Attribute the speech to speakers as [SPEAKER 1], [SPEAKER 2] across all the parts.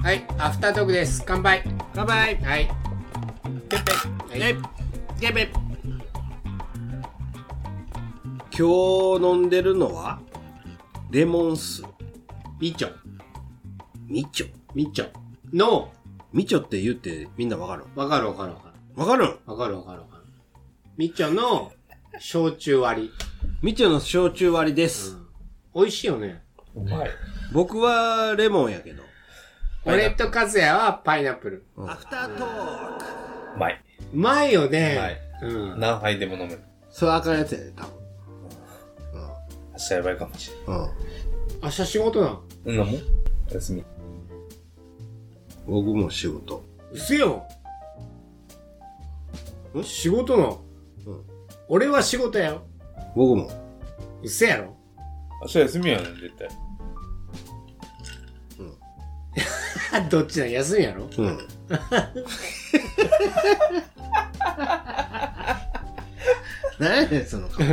[SPEAKER 1] はい、アフタートークです。乾杯。
[SPEAKER 2] 乾杯
[SPEAKER 1] はい。
[SPEAKER 2] はい
[SPEAKER 1] はい
[SPEAKER 2] やべ今日飲んでるのはレモン酢
[SPEAKER 1] みちょ。
[SPEAKER 2] みちょ
[SPEAKER 1] みちょ。の、
[SPEAKER 2] みちょって言ってみんなわかる
[SPEAKER 1] わかるわかるわか
[SPEAKER 2] わかるん
[SPEAKER 1] る。わかるわかるわかる。みちょの、焼酎割
[SPEAKER 2] みちょの焼酎割りで
[SPEAKER 1] り。う
[SPEAKER 2] す、
[SPEAKER 1] ん。美味しいよね。
[SPEAKER 3] うまい。
[SPEAKER 2] 僕はレモンやけど
[SPEAKER 1] 俺と和也はパイナップル。
[SPEAKER 2] アフタートーク
[SPEAKER 3] うまい。
[SPEAKER 1] うまいよ
[SPEAKER 3] うま
[SPEAKER 1] ね
[SPEAKER 3] い。
[SPEAKER 1] うん。
[SPEAKER 3] 何杯でも飲める。
[SPEAKER 2] それあかんやつやで多
[SPEAKER 3] 明日やばいかもし
[SPEAKER 2] 分うん
[SPEAKER 1] 明日仕事なの
[SPEAKER 3] れない。うん、もおやすみ。
[SPEAKER 2] 僕も仕事
[SPEAKER 1] うせよ。ん仕事なの
[SPEAKER 2] うん
[SPEAKER 1] 俺は仕事やよ。
[SPEAKER 2] 僕も
[SPEAKER 1] うせやろ
[SPEAKER 3] 明日休みやねん、絶対。
[SPEAKER 1] あどっちなん休みやろ
[SPEAKER 2] うん 何やねんその顔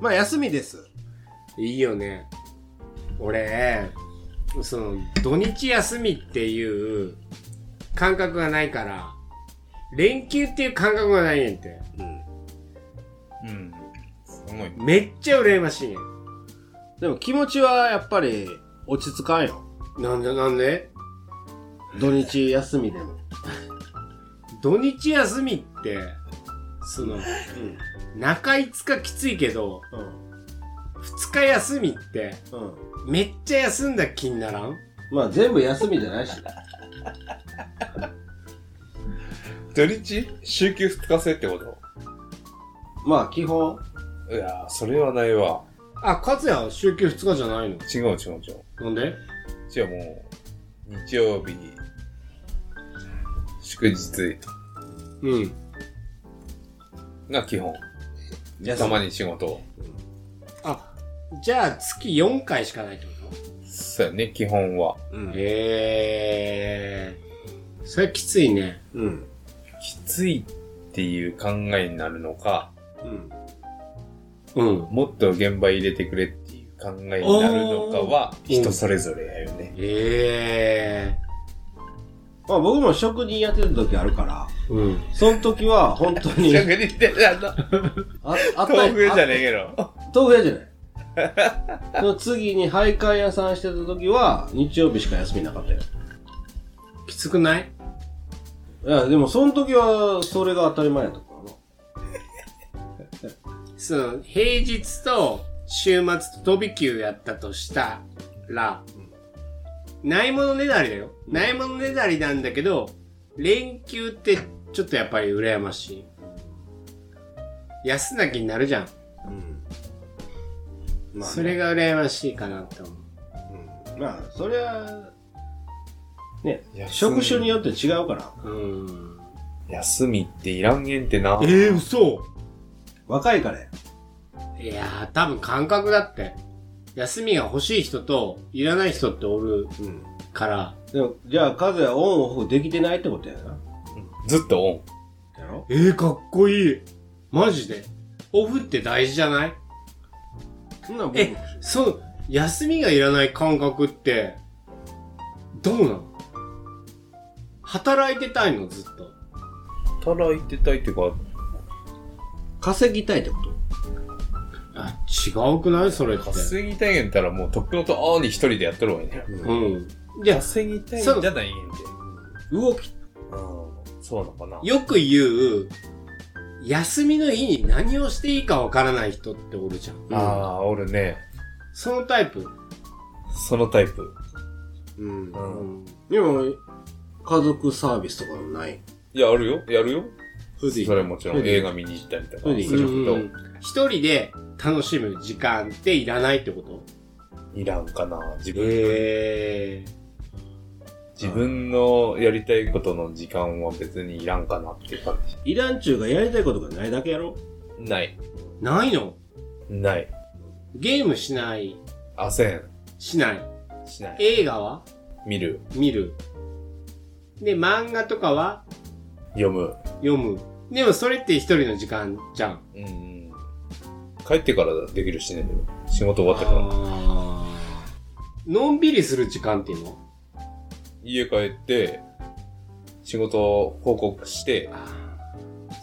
[SPEAKER 2] まあ休みです
[SPEAKER 1] いいよね。俺、その、土日休みっていう感覚がないから、連休っていう感覚がないねんって。
[SPEAKER 2] うん
[SPEAKER 3] うん。すごい。
[SPEAKER 1] めっちゃ羨ましいね
[SPEAKER 2] でも気持ちはやっぱり落ち着かんよ
[SPEAKER 1] ん。なんでなんで
[SPEAKER 2] 土日休みでも
[SPEAKER 1] 土日休みって、その、中5日きついけど、
[SPEAKER 2] うん
[SPEAKER 1] 2日休みって、
[SPEAKER 2] うん、うん、
[SPEAKER 1] めっちゃ休んだ気にならん
[SPEAKER 2] まあ全部休みじゃないし
[SPEAKER 3] 土日週休2日制ってこと
[SPEAKER 2] まあ基本
[SPEAKER 3] いやー、それはないわ。
[SPEAKER 1] あ、かつや週休2日じゃないの
[SPEAKER 3] 違う違う違う。
[SPEAKER 1] なんで
[SPEAKER 3] うちはもう、日曜日、祝日
[SPEAKER 1] うん。
[SPEAKER 3] が基本。
[SPEAKER 2] 休
[SPEAKER 3] たまに仕事。
[SPEAKER 1] あ、じゃあ月4回しかないってこと
[SPEAKER 3] そうやね、基本は。
[SPEAKER 2] うん、
[SPEAKER 1] ええー、それきついね。
[SPEAKER 2] うん
[SPEAKER 3] きついっていう考えになるのか、
[SPEAKER 2] うん、
[SPEAKER 1] うん。
[SPEAKER 3] もっと現場入れてくれっていう考えになるのかは、
[SPEAKER 1] おー
[SPEAKER 3] 人それぞれやよね。
[SPEAKER 1] ええ
[SPEAKER 2] まあ僕も職人やってる時あるから
[SPEAKER 1] ー、うん。
[SPEAKER 2] その時は本当に
[SPEAKER 3] 逆に言ってあの、
[SPEAKER 2] ああった
[SPEAKER 3] 豆腐屋じゃねえけど。
[SPEAKER 2] 豆腐屋じゃないその次に配管屋さんしてた時は日曜日しか休みなかったよ
[SPEAKER 1] きつくない
[SPEAKER 2] いやでもその時はそれが当たり前やったからな
[SPEAKER 1] その、平日と週末と飛び級やったとしたら、ないものねだりだよ。
[SPEAKER 2] うん
[SPEAKER 1] ないものねだりなんだけど、連休ってちょっとやっぱり羨ましい。休んだ気になるじゃん。
[SPEAKER 2] うんまあね、
[SPEAKER 1] それが羨ましいかなって思う。
[SPEAKER 2] うんまあそれはね
[SPEAKER 3] 休み
[SPEAKER 2] 職種によって違うから
[SPEAKER 1] うん。
[SPEAKER 3] 休みっていらんげんってな。
[SPEAKER 1] ええ嘘
[SPEAKER 2] 若いからや
[SPEAKER 1] いやー、多分感覚だって。休みが欲しい人と、いらない人っておる
[SPEAKER 2] うん
[SPEAKER 1] から。
[SPEAKER 2] でもじゃあ和也はオンオフできてないってことやな
[SPEAKER 3] ずっとオン。
[SPEAKER 2] やろ
[SPEAKER 1] えー、かっこいい。マジで。オフって大事じゃない
[SPEAKER 2] そんなん僕も
[SPEAKER 1] え、その、休みがいらない感覚って、どうなの働いてたいの、ずっと。
[SPEAKER 3] 働いてたいっていうか、
[SPEAKER 2] 稼ぎたいってこと
[SPEAKER 1] あ、違うくないそれって。
[SPEAKER 3] 稼ぎたいげんったらもうとっくのとあーに一人でやっとるわけね。
[SPEAKER 1] うん。いや、
[SPEAKER 3] 稼ぎたいんじゃないげんって。
[SPEAKER 2] 動き
[SPEAKER 3] うん。そうなのかな。
[SPEAKER 1] よく言う、休みの日に何をしていいかわからない人っておるじゃん。
[SPEAKER 3] ああ、おるね。
[SPEAKER 1] そのタイプ。
[SPEAKER 3] そのタイプ。
[SPEAKER 2] うん
[SPEAKER 3] う。
[SPEAKER 1] うんん
[SPEAKER 2] でも家族サービスとかもない
[SPEAKER 3] いや、あるよ。やるよ。
[SPEAKER 2] フディ
[SPEAKER 3] それはもちろ
[SPEAKER 2] フ
[SPEAKER 3] ん
[SPEAKER 2] ディ
[SPEAKER 3] 映画見に行ったりとか
[SPEAKER 2] フディ
[SPEAKER 3] するけど、
[SPEAKER 1] 一人で楽しむ時間っていらないってこと
[SPEAKER 3] いらんかな。自分、
[SPEAKER 1] へえ
[SPEAKER 3] 自分のやりたいことの時間は別にいらんかなっていう感じ。
[SPEAKER 2] イラン中がやりたいことがないだけやろ
[SPEAKER 3] ない。
[SPEAKER 1] ないの
[SPEAKER 3] ない。
[SPEAKER 1] ゲームしない
[SPEAKER 3] あせん。
[SPEAKER 1] しない
[SPEAKER 3] しない。
[SPEAKER 1] 映画は
[SPEAKER 3] 見る。
[SPEAKER 1] 見るで漫画とかは
[SPEAKER 3] 読む。
[SPEAKER 1] 読むでもそれって一人の時間じゃん
[SPEAKER 3] うんうん。帰ってからできるしね。仕事終わってから。
[SPEAKER 1] あのんびりする時間っていうの
[SPEAKER 3] 家帰って、仕事報告して、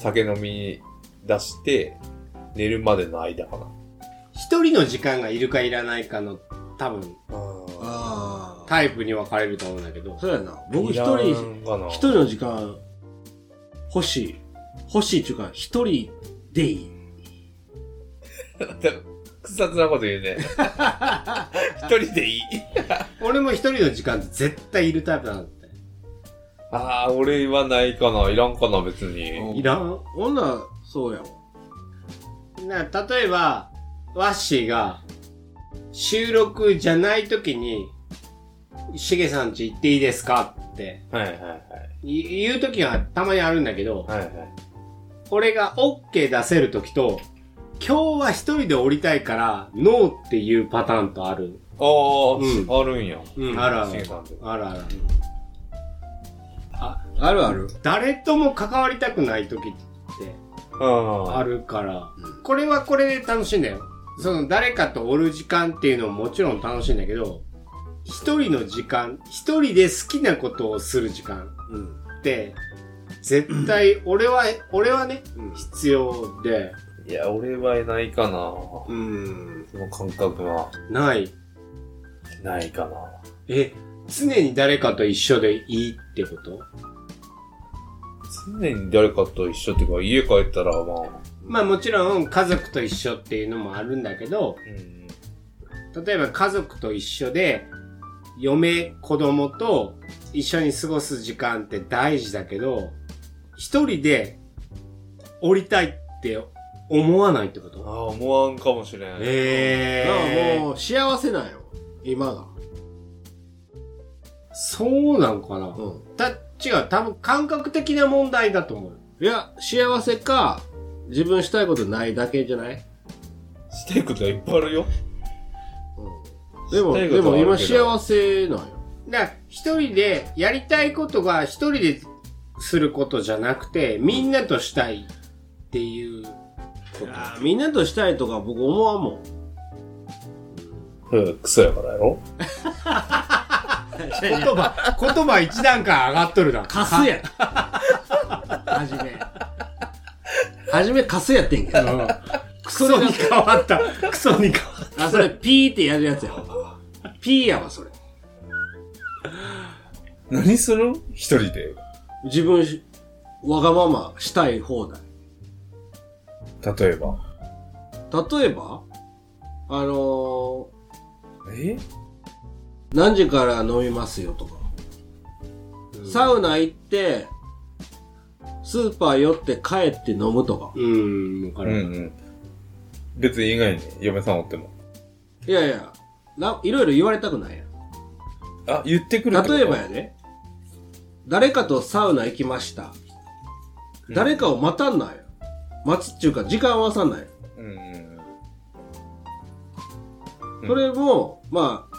[SPEAKER 3] 酒飲み出して、寝るまでの間かな。
[SPEAKER 1] 一人の時間がいるかいらないかの多分
[SPEAKER 2] ああ。
[SPEAKER 1] タイプに分かれると思うんだけど
[SPEAKER 2] そうやな。僕
[SPEAKER 3] い
[SPEAKER 2] 一
[SPEAKER 3] らん
[SPEAKER 2] 人、
[SPEAKER 3] かな
[SPEAKER 2] 一人の時間、欲しい。欲しいっていうか、一人でいい。
[SPEAKER 3] 複雑なこと言う ね。一人でいい。
[SPEAKER 1] 俺も一人の時間って絶対いるタイプなんだって
[SPEAKER 3] ああ、俺はないかな。いらんかな、別に。
[SPEAKER 2] うん
[SPEAKER 1] いらん
[SPEAKER 2] 女はそうやもん。
[SPEAKER 1] な例えばワッシーが収録じゃない時に「しげさんち行っていいですか?」って
[SPEAKER 3] はいはいはい。
[SPEAKER 1] い言う時はたまにあるんだけど
[SPEAKER 3] はいはい。
[SPEAKER 1] 俺が OK 出せる時と今日は一人で降りたいからノーっていうパターンとある
[SPEAKER 3] ああ、
[SPEAKER 1] うん
[SPEAKER 3] あるんや。
[SPEAKER 1] うんあるある
[SPEAKER 3] しげさんとか
[SPEAKER 1] あるある
[SPEAKER 2] あるある。
[SPEAKER 1] 誰とも関わりたくない時って
[SPEAKER 3] うん。
[SPEAKER 1] あるから、
[SPEAKER 2] うん
[SPEAKER 1] これはこれで楽しいんだよ。その誰かとおる時間っていうのももちろん楽しいんだけど、一人の時間、一人で好きなことをする時間
[SPEAKER 2] うん。
[SPEAKER 1] って、絶対、俺は、俺はね、
[SPEAKER 2] うん
[SPEAKER 1] 必要で、
[SPEAKER 3] いや、俺はいないかな。
[SPEAKER 1] うん、
[SPEAKER 3] その感覚は
[SPEAKER 1] ない。
[SPEAKER 3] ないかな。
[SPEAKER 1] え、常に誰かと一緒でいいってこと
[SPEAKER 3] 常に誰かと一緒っていうか、家帰ったら、まあ、
[SPEAKER 1] まあもちろん家族と一緒っていうのもあるんだけど、
[SPEAKER 3] うん。
[SPEAKER 1] 例えば家族と一緒で嫁子供と一緒に過ごす時間って大事だけど一人で降りたいって思わないってこ
[SPEAKER 3] あ
[SPEAKER 1] と
[SPEAKER 3] あ、思わんかもしれん。
[SPEAKER 2] だから
[SPEAKER 1] ええ
[SPEAKER 2] もう、幸せなんよ。今が。
[SPEAKER 1] そうなんかな
[SPEAKER 2] うん。
[SPEAKER 1] た違う多分感覚的な問題だと思う
[SPEAKER 2] いや、幸せか、自分したいことないだけじゃない、
[SPEAKER 3] したいことはいっぱいあるよ。
[SPEAKER 2] うん、でも、
[SPEAKER 3] したい
[SPEAKER 2] で
[SPEAKER 3] こと
[SPEAKER 2] も
[SPEAKER 3] はあるけど
[SPEAKER 2] 今幸せなんよ。
[SPEAKER 1] だから一人でやりたいことが一人ですることじゃなくてみんなとしたいっていうこと
[SPEAKER 2] あみんなとしたいとか僕思わんもん。
[SPEAKER 3] うん、クソやからやろ。
[SPEAKER 1] 言葉言葉一段階上がっとるな
[SPEAKER 2] カス や。はじめ。はじめカスやってんけど。
[SPEAKER 1] クソに変わ った。クソに変わっ
[SPEAKER 2] あ、それピーってやるやつや。ピーやわ、それ。
[SPEAKER 3] 何する一人で。
[SPEAKER 2] 自分し、わがまましたい放題。
[SPEAKER 3] 例えば。
[SPEAKER 2] 例えば、あの
[SPEAKER 3] え
[SPEAKER 2] ー何時から飲みますよとか。
[SPEAKER 1] た。
[SPEAKER 2] サウナ行って、スーパー寄って帰って飲むとか。
[SPEAKER 1] うん、わか
[SPEAKER 3] うん
[SPEAKER 1] る。
[SPEAKER 3] うん。別に以外に嫁さんおっても。
[SPEAKER 2] いやいや、ないろいろ言われたくないやん。
[SPEAKER 3] あ、言ってくるってこと
[SPEAKER 2] 例えばやで、誰かとサウナ行きました。誰かを待たんないよ。待つっていうか、時間合わさんないよ。
[SPEAKER 3] うんうんうん
[SPEAKER 2] それも、まあ、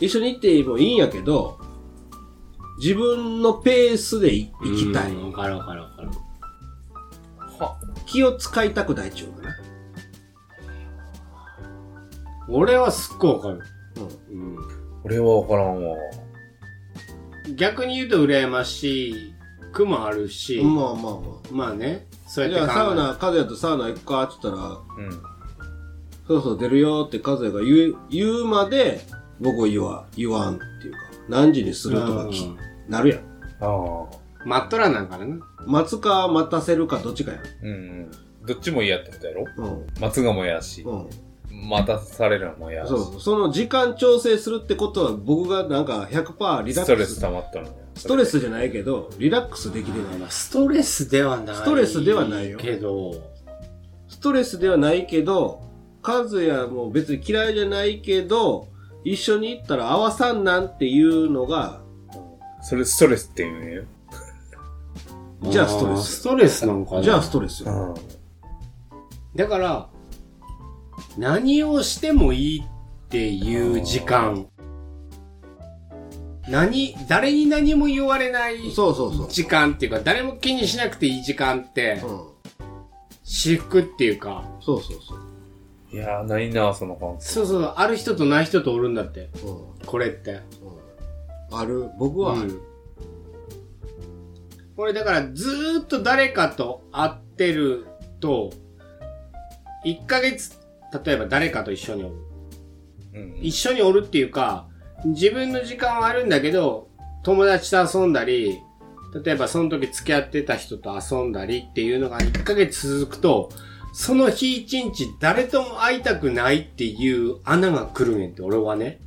[SPEAKER 2] 一緒に行ってもいいんやけど、自分のペースでい行きたい。
[SPEAKER 1] うんわかるわかるわかる。
[SPEAKER 3] は
[SPEAKER 2] 気を使いたくないっていうかな。
[SPEAKER 1] 俺はすっごいわかる。
[SPEAKER 3] 俺はわからんわ。
[SPEAKER 1] 逆に言うと羨ましくもあるし
[SPEAKER 2] う、ん。まあまあま
[SPEAKER 1] まあね、そう
[SPEAKER 2] あ。
[SPEAKER 1] やって
[SPEAKER 2] じゃ
[SPEAKER 1] 考え
[SPEAKER 2] あサウナ、カズヤとサウナ行くかって言ったら、
[SPEAKER 3] うん。
[SPEAKER 2] そろそろ出るよってカズヤが言う、言うまで、僕は言わ、言わんっていうか、何時にするとかき、
[SPEAKER 1] うん
[SPEAKER 2] なるやん。
[SPEAKER 3] ああ。
[SPEAKER 1] マットラなんからな。
[SPEAKER 2] 待つか待たせるかどっちかやん。
[SPEAKER 3] うんうん。どっちも嫌ってことやろ
[SPEAKER 2] うん。
[SPEAKER 3] 松がも嫌やし、
[SPEAKER 2] うん。
[SPEAKER 3] 待たされるのも嫌やし
[SPEAKER 2] そ、う。その時間調整するってことは僕がなんか100%リラックス。
[SPEAKER 3] ストレス溜まったのよ。
[SPEAKER 2] ストレスじゃないけど、リラックスできてない。
[SPEAKER 1] ストレスではない。
[SPEAKER 2] ストレスではないよ
[SPEAKER 1] けど、
[SPEAKER 2] ストレスではないけど、カズヤも別に嫌いじゃないけど、一緒に行ったら合わさんなんっていうのが、
[SPEAKER 3] それストレスって言うんよ。
[SPEAKER 2] じゃあストレ
[SPEAKER 1] ー
[SPEAKER 2] ス
[SPEAKER 1] ストレスなんかな
[SPEAKER 2] じゃあストレスよ。
[SPEAKER 3] うん。
[SPEAKER 1] だから、何をしてもいいっていう時間。何、誰に何も言われない
[SPEAKER 2] そうそうそう。
[SPEAKER 1] 時間っていうか、誰も気にしなくていい時間って
[SPEAKER 2] う、ん。
[SPEAKER 1] 私服っていうか、
[SPEAKER 2] そうそうそう。
[SPEAKER 3] いやー、ないな、その感
[SPEAKER 1] そ
[SPEAKER 3] 想。
[SPEAKER 1] うそう、ある人とない人とおるんだって。
[SPEAKER 2] うん
[SPEAKER 1] これって。
[SPEAKER 2] うんある僕はある、
[SPEAKER 1] ん、これだからずーっと誰かと会ってると1ヶ月例えば誰かと一緒におる
[SPEAKER 3] うん
[SPEAKER 1] 一緒におるっていうか自分の時間はあるんだけど友達と遊んだり例えばその時付き合ってた人と遊んだりっていうのが1ヶ月続くとその日一日誰とも会いたくないっていう穴が来るんやって俺はね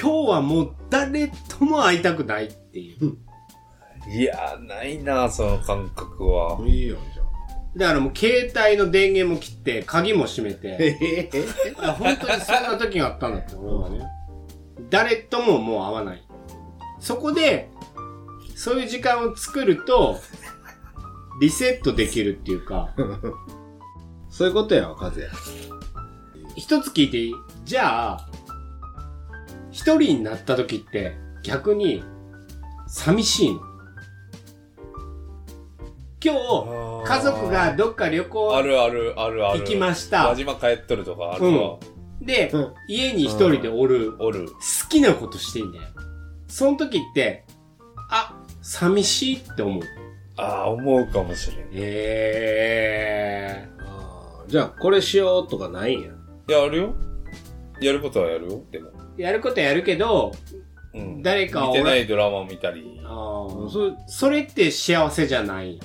[SPEAKER 1] 今日はもう誰とも会いたくないっていう
[SPEAKER 3] いやー、ないな、その感覚は。
[SPEAKER 2] いいよじゃ
[SPEAKER 1] だからもう携帯の電源も切って、鍵も閉め
[SPEAKER 2] あ
[SPEAKER 1] て、
[SPEAKER 2] ええ
[SPEAKER 1] 本当にそんな時があったんだって、俺はね。誰とももう会わない。そこで、そういう時間を作ると、リセットできるっていうか、
[SPEAKER 2] そういうことやわ和也
[SPEAKER 1] 一つ聞いていいじゃあ、一人になった時って、逆に、寂しいの。今日、家族がどっか旅
[SPEAKER 3] あ
[SPEAKER 1] 行
[SPEAKER 3] るあるあるある。
[SPEAKER 1] 行きまし
[SPEAKER 3] 輪
[SPEAKER 1] た。
[SPEAKER 3] 島帰っとるとかあるわ。
[SPEAKER 1] で
[SPEAKER 2] うん、
[SPEAKER 1] 家に一人でおる。
[SPEAKER 3] おる。
[SPEAKER 1] 好きなことしていいんだよ。その時って、あ、寂しいって思う。
[SPEAKER 3] ああ、思うかもしれん。い
[SPEAKER 1] え
[SPEAKER 2] あーじゃあこれしようとかないんや
[SPEAKER 3] や、あるよ。やることはやるよ。でも。
[SPEAKER 1] ー。やることやるけど、
[SPEAKER 3] うん。
[SPEAKER 1] 誰かを
[SPEAKER 3] 見てないドラマを見たり。
[SPEAKER 1] あー
[SPEAKER 2] そう
[SPEAKER 1] それって幸せじゃない。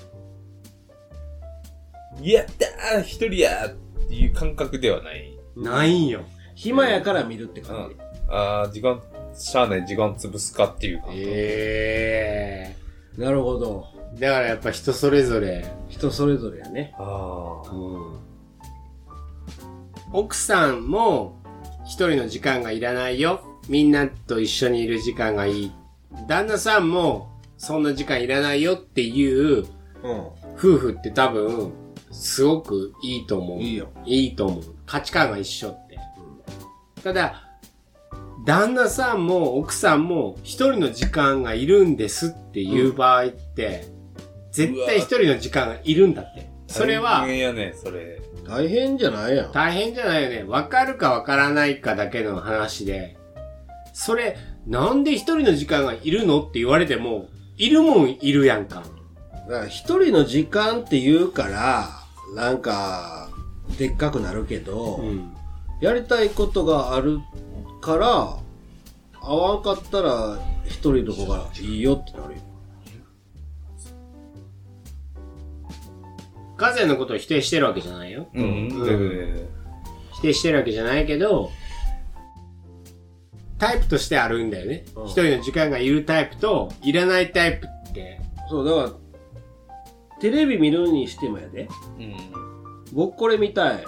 [SPEAKER 3] やったー一人やーっていう感覚ではない。
[SPEAKER 1] ないんよ。
[SPEAKER 2] 暇やから見るって感じ、
[SPEAKER 3] ああ、時間、しゃあない時間潰すかっていう感覚。
[SPEAKER 1] え
[SPEAKER 2] なるほど
[SPEAKER 1] えー。だからやっぱ人それぞれ。
[SPEAKER 2] 人それぞれやね
[SPEAKER 3] ああ。
[SPEAKER 1] 奥さんも一人の時間がいらないよ。みんなと一緒にいる時間がいい。旦那さんもそんな時間いらないよっていう
[SPEAKER 2] う
[SPEAKER 1] 夫婦って多分、すごくいいと思う。
[SPEAKER 2] いいよ
[SPEAKER 1] いいと思う。価値観が一緒って。ただ、旦那さんも奥さんも一人の時間がいるんですっていう場合って、絶対一人の時間がいるんだって。それは
[SPEAKER 3] 大、変やね、それ。
[SPEAKER 2] 大変じゃないやん
[SPEAKER 1] 大変じゃないよね。わかるかわからないかだけの話で、それ、なんで一人の時間がいるのって言われても、いるもんいるやんか。
[SPEAKER 2] だから一人の時間って言うから、なんか、でっかくなるけど、
[SPEAKER 1] うん。
[SPEAKER 2] やりたいことがあるから、合わんかったら一人の方がいいよってなるよ。
[SPEAKER 1] ガゼのことを否定してるわけじゃないよ。
[SPEAKER 3] うん。
[SPEAKER 1] うん
[SPEAKER 3] 全然
[SPEAKER 1] 否定してるわけじゃないけど、タイプとしてあるんだよね。
[SPEAKER 2] うん
[SPEAKER 1] 一人の時間がいるタイプと、いらないタイプって。
[SPEAKER 2] そう、だから、テレビ見るにしてもやで。
[SPEAKER 3] 全然
[SPEAKER 2] 僕これ見たい。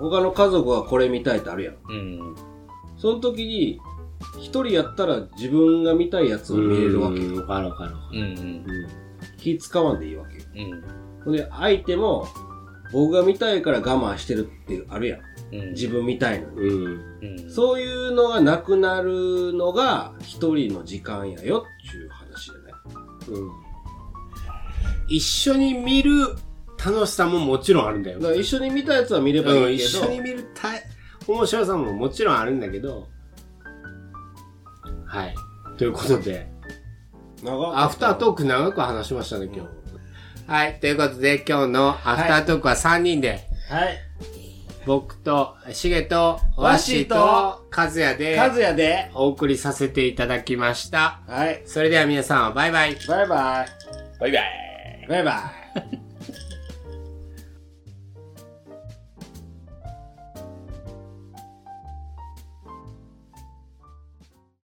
[SPEAKER 2] 他の家族はこれ見たいってあるやん。
[SPEAKER 3] うん。うん。うん。
[SPEAKER 2] その時に、一人やったら自分が見たいやつを見れるわけ。
[SPEAKER 1] うんわかるわかるわか
[SPEAKER 3] うん。うん。
[SPEAKER 1] る。
[SPEAKER 2] 気使わんでいいわけよ。
[SPEAKER 3] うん。
[SPEAKER 2] ほんで、相手も、僕が見たいから我慢してるっていう、あるやん。
[SPEAKER 3] うん。
[SPEAKER 2] 自分みたいな
[SPEAKER 1] うん。うん。
[SPEAKER 3] 分
[SPEAKER 2] そういうのがなくなるのが一人の時間やよっていう話じゃない
[SPEAKER 1] うん。一緒に見る楽しさももちろんあるんだよ。
[SPEAKER 2] だから一緒に見たやつは見れば
[SPEAKER 1] うん、
[SPEAKER 2] いい
[SPEAKER 1] 一
[SPEAKER 2] け
[SPEAKER 1] 緒
[SPEAKER 2] ど、
[SPEAKER 1] に見るた面白さももちろんあるんだけど、はい。ということで、
[SPEAKER 2] 長
[SPEAKER 1] アフター
[SPEAKER 2] ー
[SPEAKER 1] トーク長く話しましたね、今日。はい。ということで、今日のアフタートークは3人で、
[SPEAKER 2] はい
[SPEAKER 1] 僕と、しげと、わ
[SPEAKER 2] わ
[SPEAKER 1] し
[SPEAKER 2] し
[SPEAKER 1] と
[SPEAKER 2] と、
[SPEAKER 1] かずやで、
[SPEAKER 2] 和也で
[SPEAKER 1] お送りさせていただきました。
[SPEAKER 2] はい
[SPEAKER 1] それでは皆さん、バイバイ。
[SPEAKER 2] バイバ
[SPEAKER 3] バイバイ
[SPEAKER 2] イバイバイ